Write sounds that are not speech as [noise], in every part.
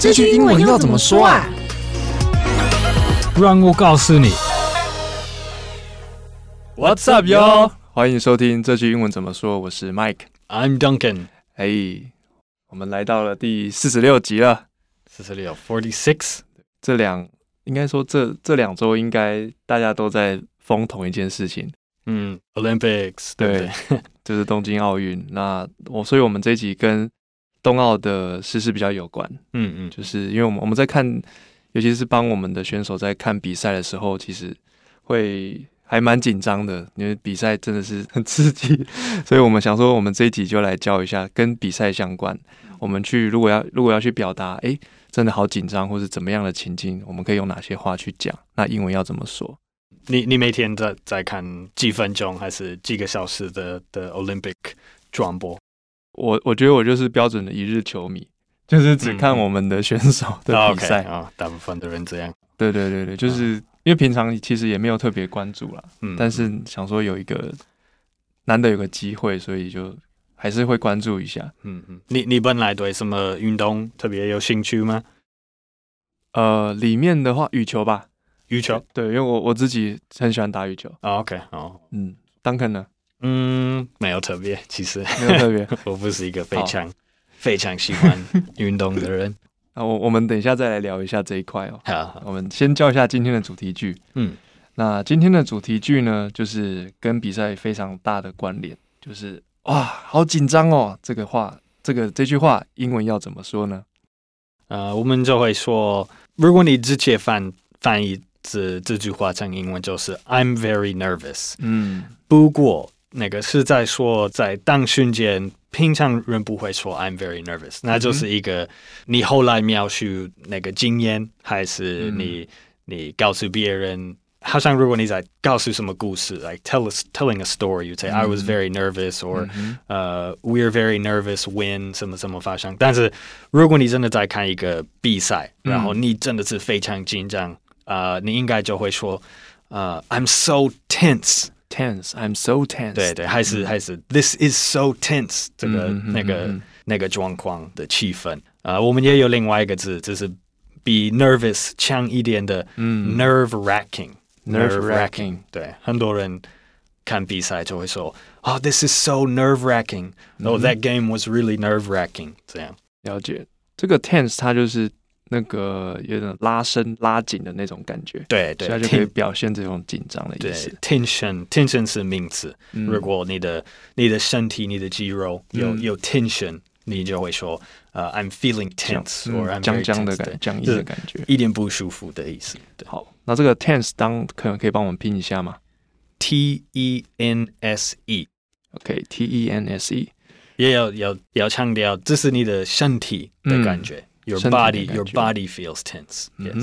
这句英文要怎么说啊？让我告诉你。 What's up, yo？欢迎收听这句英文怎么说，我是 Mike。 I'm Duncan。哎，我们来到了第四十六集了。四十六，forty six。这两应该说这这两周应该大家都在疯同一件事情，嗯，Olympics，对不对？ [laughs] 就是东京奥运。那我所以我们这一集跟冬奥的时事比较有关，嗯嗯，就是因为我们我们在看，尤其是帮我们的选手在看比赛的时候，其实会还蛮紧张的，因为比赛真的是很刺激， [laughs] 所以我们想说，我们这一集就来教一下跟比赛相关，我们去如果要如果要去表达，诶，真的好紧张，或是怎么样的情境，我们可以用哪些话去讲？那英文要怎么说？你你每天在在看几分钟还是几个小时的的 Olympic 转播？我我觉得我就是标准的一日球迷，就是只看我们的选手的啊比 OK，赛。啊，Oh, 大部分的人这样。对对对对，就是因为平常其实也没有特别关注啦，嗯，但是想说有一个难得有个机会，所以就还是会关注一下。嗯嗯，hmm, 你你本来对什么运动特别有兴趣吗？呃，里面的话羽球吧，羽球。对，因为我我自己很喜欢打羽球。啊 OK，哦，嗯，Duncan 呢，Oh, 嗯，没有特别，其实没有 [laughs] 特别。我不是一个非好常非常喜欢运动的人。 [laughs] 啊，我我们等一下再来聊一下这一块哦。好好，我们先教一下今天的主题句。嗯那今天的主题句呢，就是跟比赛非常大的关联，就是哇，好紧张哦！这个话，这个这句话英文要怎么说呢？呃，我们就会说，如果你直接翻翻译这这句话成英文，就是 "I'm very nervous"。嗯，不过那个是在说，在当瞬间，平常人不会说 "I'm very nervous"，那就是一个你后来描述那个经验，还是你、你告诉别人。好像如果你在告诉什么故事，like tell us telling a story, you say I was very nervous or、呃、we Uh, are very nervous when 什么什么发生。但是如果你真的在看一个比赛，然后你真的是非常紧张，呃，你应该就会说，呃，I'm so tense， tense. I'm so tense. 对对，还是还是 This is so tense 这个、那个、那个状况的气氛。呃，我们也有另外一个字，就是比 nervous 强一点的，嗯，nerve wracking。 Nerve Nerve-wracking wracking 对，很多人看比赛就会说，Oh, this is so nerve wracking. Mm-hmm。 Oh, that game was really nerve wracking. 这样，了解。这个 tense 它就是那个有点拉伸、拉紧的那种感觉，对对所以，它就可以表现这种紧张的对意思。嗯，tension tension 是名词。如果你的你的身体、你的肌肉有、有 tension，你就会说呃、i m feeling tense，嗯 or I'm 僵 very 僵的 tense，感对僵硬就的是感觉一点不舒服的意思。对好，那这个 tense 当可能可以帮我们拼一下吗？ ，T E N S E OK，T、E N S E，也要要要强调，这是你的身体的感觉、y o u r 嗯身体的感 body 觉 your body feels tense、嗯 yes 哼。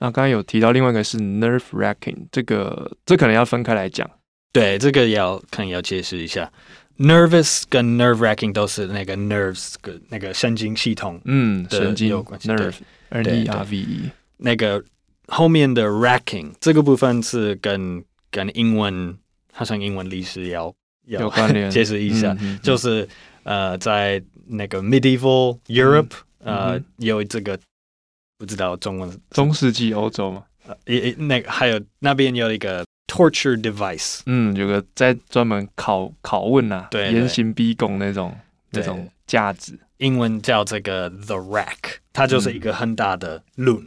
那刚刚有提到另外一个是 nerve wracking，这个这可能要分开来讲。对，这个要可能要解释一下。Nervous 跟 nerve wracking 都是那个 nerves 跟那个神经系统嗯，对神经有关系对 nerve N 对 E R V E，那个后面的 racking 这个部分是跟跟英文，好像英文历史要要有关联解释一下，嗯嗯嗯就是呃，在那个 medieval Europe，、呃，嗯有这个不知道中文，中世纪欧洲嘛。呃也、也那个还有那边有一个 torture device，嗯，有个在专门拷拷问啊，对对严刑逼供那种那对种架子。英文叫这个 the rack，它就是一个很大的 loom，、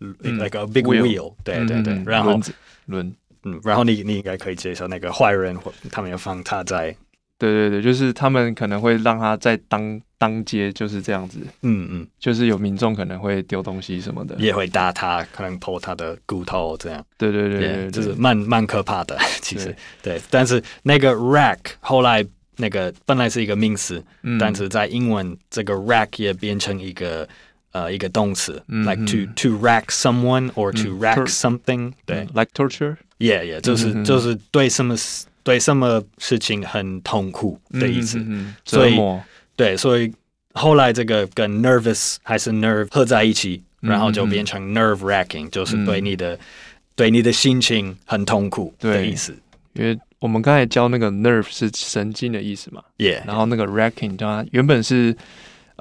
嗯 like a big wheel wheel，对对对，嗯然后轮。子轮，嗯，然后你你应该可以接受那个坏人，或他们要放他在，对对对，就是他们可能会让他在当当街就是这样子，嗯嗯，就是有民众可能会丢东西什么的。也会打他，可能剖他的骨头这样，对对对对，对嗯就是蛮蛮可怕的， [laughs] 其实对但是那个 rack 后来那个本来是一个名词，嗯但是在英文这个 rack 也变成一个呃一个动词、嗯 l i k e to to rack someone or to 嗯 rack tur- something，对、嗯，like torture，也也就是、嗯嗯嗯就是对什么事对什么事情很痛苦的意思，嗯嗯嗯所折以磨。对，所以后来这个跟 nervous 还是 nerve 合在一起，嗯然后就变成 nerve wracking，、就是对你的、对你的心情很痛苦的对意思。因为我们刚才教那个 nerve 是神经的意思嘛，耶、然后那个 racking 它原本是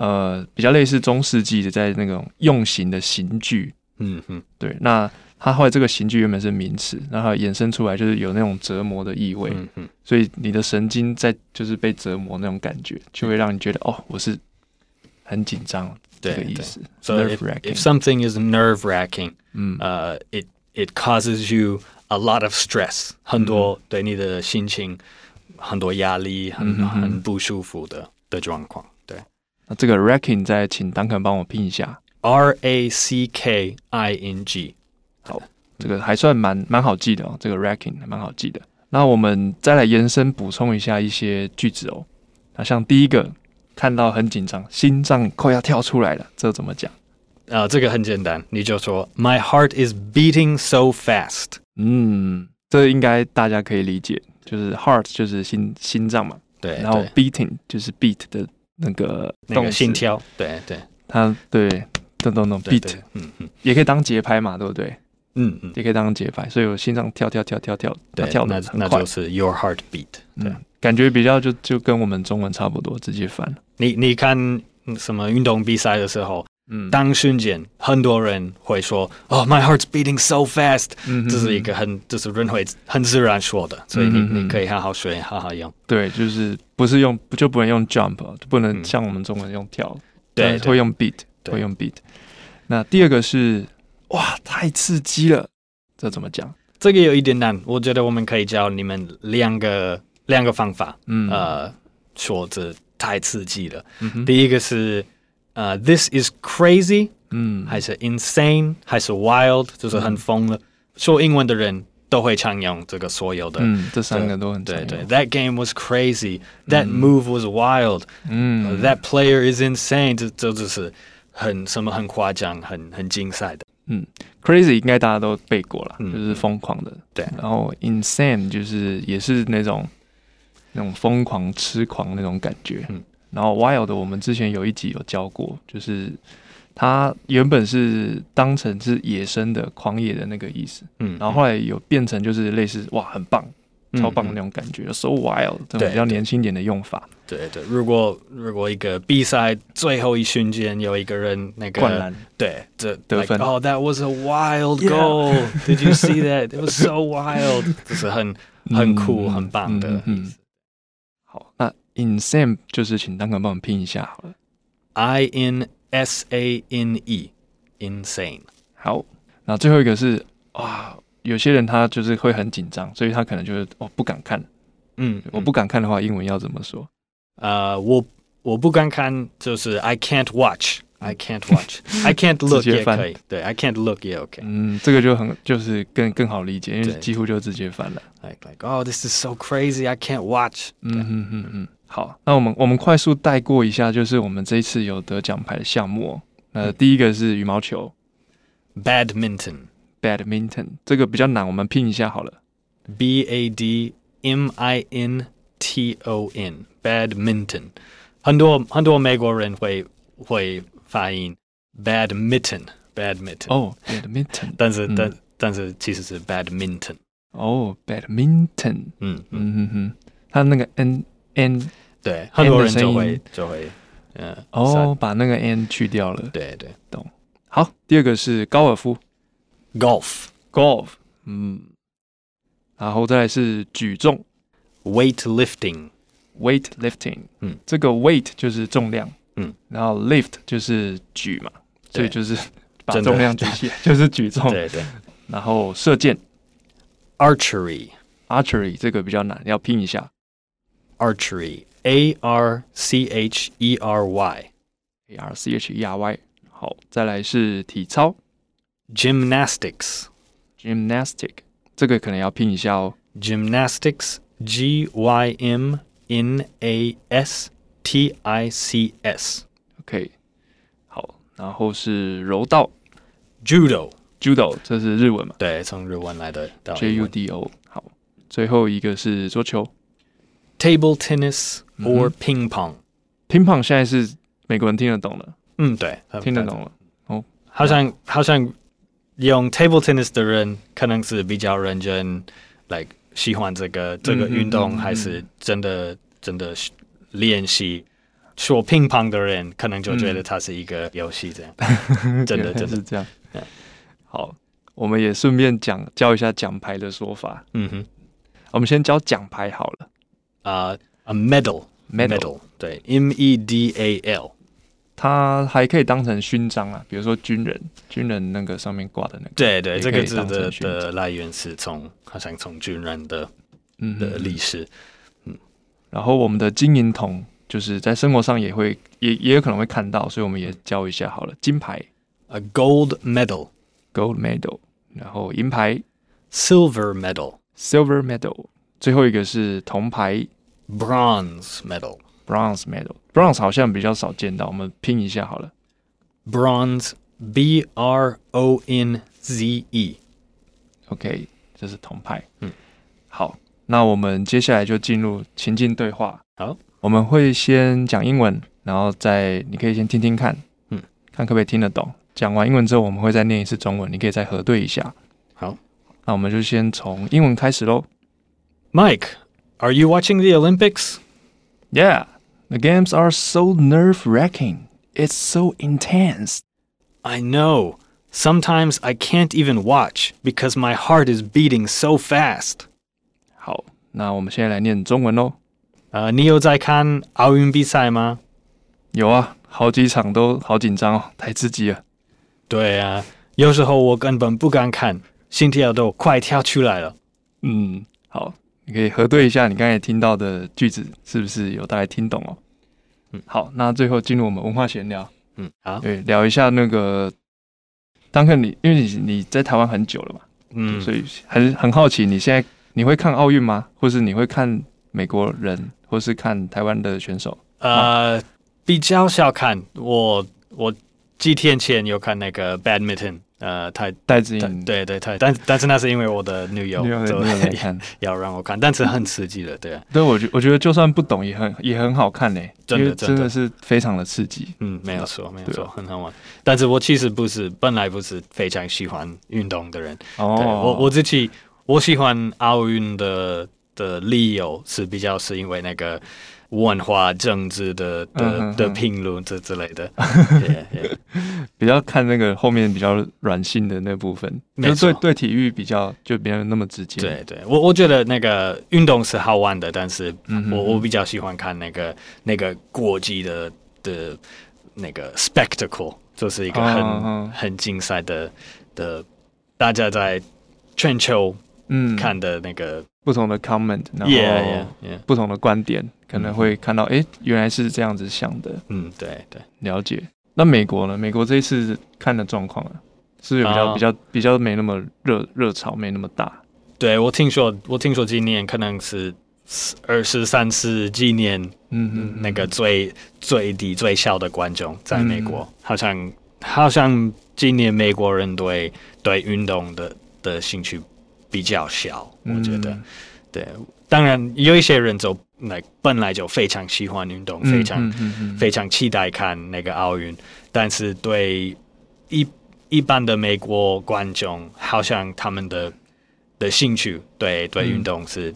呃比较类似中世纪的在那种用刑的刑具，嗯哼，对，那它后来这个刑具原本是名词，然后衍生出来就是有那种折磨的意味，嗯哼，所以你的神经在就是被折磨那种感觉，就会让你觉得哦，我是很紧张这对个意对思。 So if, Nerve-wracking if something is nerve wracking, 嗯 uh, it it causes you a lot of stress，很多、对你的心情很多压力，很、嗯哼哼很不舒服的的状况。对那这个 racking 再请 Duncan 帮我拼一下， ，R A C K I N G，这个还算蛮蛮好记的哦，这个 racking 还蛮好记的。那我们再来延伸补充一下一些句子哦。那像第一个，看到很紧张，心脏快要跳出来了，这怎么讲？呃，这个很简单，你就说 My heart is beating so fast。嗯，这应该大家可以理解，就是 heart 就是心心脏嘛，对，然后哎对 beating 就是 beat 的那个那动个词心，跳，对对它对咚咚咚对 beat 对嗯嗯也可以当节拍嘛，对不对？嗯嗯，也可以当节拍，所以我心脏跳跳跳跳跳，它对，跳那的很那快就，是 Your heart beat。对，嗯，感觉比较就就跟我们中文差不多，直接翻，你你看嗯什么运动比赛的时候。嗯，当瞬间，很多人会说：“哦、m y heart's beating so fast。” 嗯哼这是一个很，就是人会很自然说的，所以你嗯哼哼你可以好好学，好好用。对，就是不是用就不能用 jump，就不能嗯像我们中文用跳，对，会对用 beat，对会用 beat。那第二个是哇，太刺激了，这怎么讲？这个有一点难，我觉得我们可以教你们两个两个方法，嗯呃，说这太刺激了。嗯哼第一个是呃，this is crazy，嗯还是 insane，还是 wild，就是很疯了。说英文的人都会常用这个所有的。嗯，这三个都很常对用对，That game was crazy. That move was wild. 呃嗯 That player is insane. 这这就是很什么很夸张、很很竞赛的。嗯 crazy 应该大家都背过了，嗯就是疯狂的。对然后 insane 就是也是那种那种疯狂痴狂那种感觉。嗯然后 wild 我们之前有一集有教过，就是它原本是当成是野生的、狂野的那个意思，嗯，然后后来有变成就是类似哇很棒、嗯超棒的那种感觉、s o wild 这种对比较年轻一点的用法，对对，如果如果一个比赛最后一瞬间有一个人那个灌篮。对这得 like, 分 oh that was a wild Yeah. goal. Did you see that? It was so [laughs] wild. 就是很很酷、嗯很棒的嗯嗯嗯好，那 insane 就是请当哥帮我们拼一下好了。 I N S A N E insane。好，那最后一个是啊，有些人他就是会很紧张，所以他可能就是哦不敢看。嗯，我不敢看的话，英文要怎么说？呃，我我不敢看，就是 I can't watch。I can't watch. [laughs] I can't look 直接也翻可以，对，I can't look 也 OK。嗯，这个就很就是更更好理解，因为对几乎就直接翻了。 Like like, oh, this is so crazy. I can't watch. 嗯嗯嗯嗯。好，那我们我们快速带过一下，就是我们这一次有得奖牌的项目哦。那嗯第一个是羽毛球 Badminton. （badminton），这个比较难，我们拼一下好了。 B A D M I N T O N. Badminton. 很多很多美国人会会发音 badminton badminton，、哦，badminton， [laughs] 但是、嗯但但是其实是 er badminton。Mm, 哦，badminton，嗯嗯，嗯哼哼，它那个 n n 对，很多人声就音会就会，嗯、呃，哦，把那个 n 去掉了。对对好，第二个是高尔夫，golf。 （golf），嗯，然后再来是举重 weightlifting， （weightlifting），嗯，这个 weight 就是重量，嗯，然后 lift 就是举嘛，所以对就是把真的重量举 [laughs] 起来，就是举重。对对然后射箭，archery （archery） 这个比较难，要拼一下 archery a r c h e r y （a r c h e r y）。好，再来是体操 gymnastics （gymnastic），这个可能要拼一下哦。 gymnastics g y m n a s t i c s OK，好，然后是柔道 judo （judo），这是日文嘛？对，从日文来的到 J 啊英 U 文 D O。好，最后一个是桌球， table tennis 嗯哼 or ping pong，乒乓现在是美国人听得懂了，嗯，对，他们听得懂，了。好像好像用 table tennis 的人可能是比较认真，like 喜欢这个这个嗯嗯运动，嗯嗯还是真的真的练习说乒乓的人可能就觉 Mm。得它是一个游戏这 [laughs] 样。真的哦原来真的是这样嗯。好，我们也顺便讲教一下奖牌的说法。嗯哼，我们先教奖牌好了啊、a Uh, medal ，medal，对，M E D A L，它还可以当成勋章啊，比如说军人，军人那个上面挂的那个，对对，也这可个以字当成的勋的来源是从好像从军人的嗯的历史。然后我们的金银铜，就是在生活上也会也也有可能会看到，所以我们也教一下好了。金牌 A gold medal, （gold medal），然后银牌 silver medal, （silver medal），最后一个是铜牌 bronze medal, （bronze medal）。bronze 好像比较少见到，我们拼一下好了 bronze, B R O N Z E。 ，OK，这是铜牌。嗯，好，那我们接下来就进入情境对话。好，我们会先讲英文，然后再你可以先听听看，嗯，看可不可以听得懂。讲完英文之后，我们会再念一次中文，你可以再核对一下。好那我们就先从英文开始喽。 Mike, are you watching the Olympics? Yeah, the games are so nerve wracking. It's so intense. I know. Sometimes I can't even watch because my heart is beating so fast. 好，那我们现在来念中文喽。呃，你有在看奥运比赛吗？有啊，好几场都好紧张哦，太刺激了。对啊，有时候我根本不敢看，心跳都快跳出来了。嗯，好，你可以核对一下你刚才听到的句子是不是有大概听懂哦。嗯好，那最后进入我们文化闲聊，嗯，好，对，聊一下那个，当克你，因为你你在台湾很久了嘛，嗯，所以很很好奇，你现在你会看奥运吗？或是你会看美国人，或是看台湾的选手？呃，比较少看。我我几天前有看那个 badminton，呃，太戴志太颖对对太，但但是那是因为我的女友你有所你以有在看？ [laughs] 要让我看，但是很刺激的，对啊，对，我觉我觉得就算不懂也很也很好看嘞，真的因为真的真的是非常的刺激。嗯，没有错，没有对错，啊很好玩。但是我其实不是本来不是非常喜欢运动的人，哦，对我我自己我喜欢奥运的的理由是比较是因为那个文化、政治的嗯的哼的哼评论这之类 [laughs] 的。Yeah, yeah 比较看那个后面比较软性的那部分，没就是对错对体育比较就没有那么直接。对对，我我觉得那个运动是好玩的，但是嗯哼我我比较喜欢看那个那个国际的的那个 spectacle，就是一个很、嗯嗯很竞赛的的，大家在全球嗯，看的那个、不同的 comment，yeah, 然后 yeah, yeah，不同的观点，可能嗯会看到，诶，原来是这样子想的。嗯，对对。了解。那美国呢？美国这一次看的状况啊，是不是比较、啊比较比较没那么热热潮，没那么大。对，我听说，我听说今年可能是二十三十几年嗯那个最、最低最小的观众在美国，嗯好像好像今年美国人对对运动的的兴趣比较小，我觉得。嗯对，当然有一些人就那本来就非常喜欢运动，非常、嗯嗯嗯嗯非常期待看那个奥运，但是对一一般的美国观众，好像他们的的兴趣对对嗯运动是、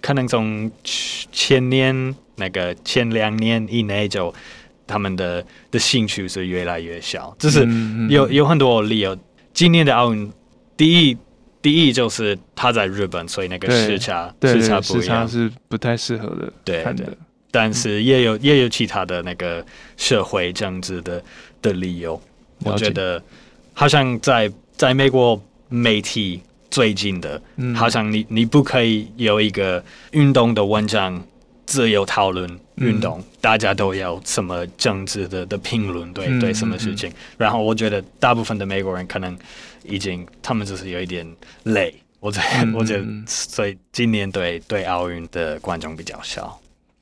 可能从前前年那个前两年以内就他们的的兴趣是越来越小，就是嗯嗯嗯有有很多理由。今年的奥运，第一第一就是他在日本，所以那个对时差对时差对不时一差样。是不太适合的对看对的。但是也有也有其他的那个社会政治的的理由。了解我觉得好像在在美国媒体最近的，嗯好像你你不可以有一个运动的文章自由讨论运动，嗯大家都要什么政治的的评论，对、嗯对嗯什么事情。然后我觉得大部分的美国人可能已经他们就是有一点累。我觉得，嗯嗯我觉得嗯，所以今年对对奥运的观众比较少，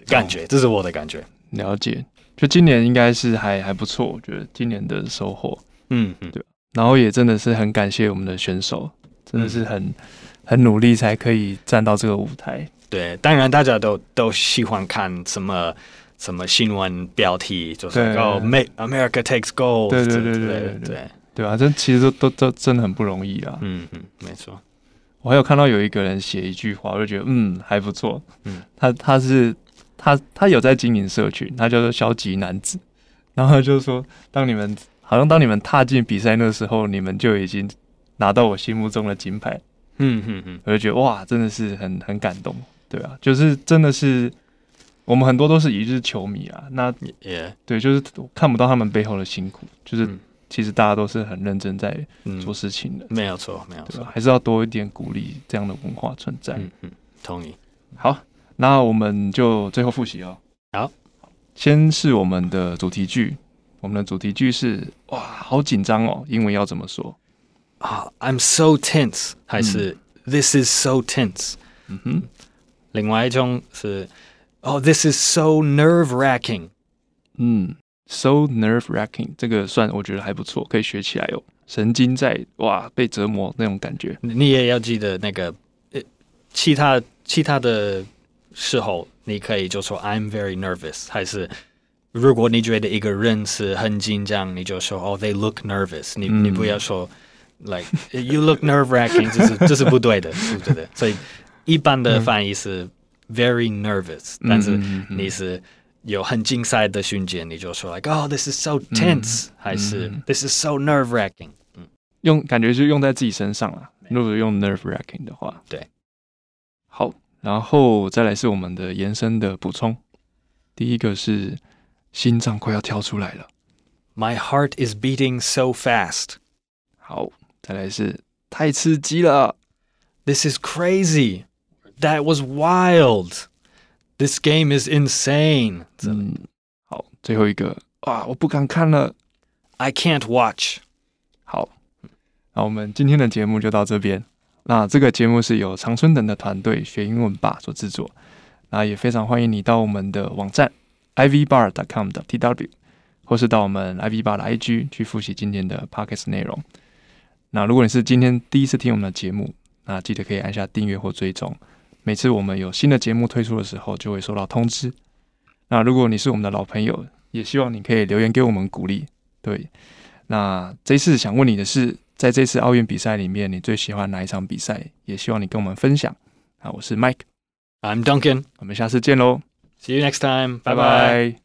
感哦觉、这是我的感觉。了解。就今年应该是还还不错，我觉得今年的收获，嗯嗯，然后也真的是很感谢我们的选手，真的是很、很努力才可以站到这个舞台。对，当然大家都都喜欢看什么什么新闻标题，就是对 “Oh, Make America Takes Gold” 对对之对之对类的对对对，对啊，这其实都都都真的很不容易啊啦。嗯嗯，没错，我还有看到有一个人写一句话，我就觉得嗯还不错。嗯他他是他他有在经营社群，他叫做消极男子。然后他就说，当你们好像当你们踏进比赛那时候，你们就已经拿到我心目中的金牌。嗯嗯嗯，我就觉得哇，真的是很很感动，对啊，就是真的是我们很多都是一日球迷啊，那也对，就是看不到他们背后的辛苦，就是嗯其实大家都是很认真在做嗯，事情的，没有错，没有对吧啊错？，还是要多一点鼓励这样的文化存在。嗯嗯，同意。好，那我们就最后复习哦。好，先是我们的主题句，我们的主题句是哇，好紧张哦，英文要怎么说？啊，I'm Ah, so tense，还是 This is so tense。嗯哼，另外一种是哦，This oh, is so nerve wracking。嗯，so nerve wracking，这个算我觉得还不错，可以学起来哦。神经在哇被折磨那种感觉，你你也要记得那个呃，其他其他的时候，你可以就说 I'm very nervous，还是如果你觉得一个人是很紧张，你就说哦 They look nervous 你。你、嗯不要说 like you look nerve wracking，这 [laughs] 是这是不对的，是不对的。所以一般的翻译是 very nervous，、但是嗯嗯嗯你是。有很竞赛的瞬间，你就说 like oh this is so tense，、还是、嗯 this is so nerve wracking。用感觉就用在自己身上了。如果用 nerve wracking 的话，对，好，然后再来是我们的延伸的补充，第一个是心脏快要跳出来了。 My heart is beating so fast。好，再来是太刺激了。 This is crazy. That was wild. This game is insane. 嗯，好，最后一个啊，我不敢看了。 I can't watch. 好，嗯那我们今天的节目就到这边。那这个节目是由常春藤的团队学英文吧所制作，那也非常欢迎你到我们的网站 ivbar.com 的 tw，或是到我们 ivbar 的 IG 去复习今天的 podcast 内容。那如果你是今天第一次听我们的节目，那记得可以按下订阅或追踪，每次我们有新的节目推出的时候就会收到通知。那如果你是我们的老朋友，也希望你可以留言给我们鼓励，对，那这次想问你的是，在这次奥运比赛里面，你最喜欢哪一场比赛？也希望你跟我们分享。啊，我是 Mike， I'm Duncan. 我们下次见喽， See you next time. Bye bye. 拜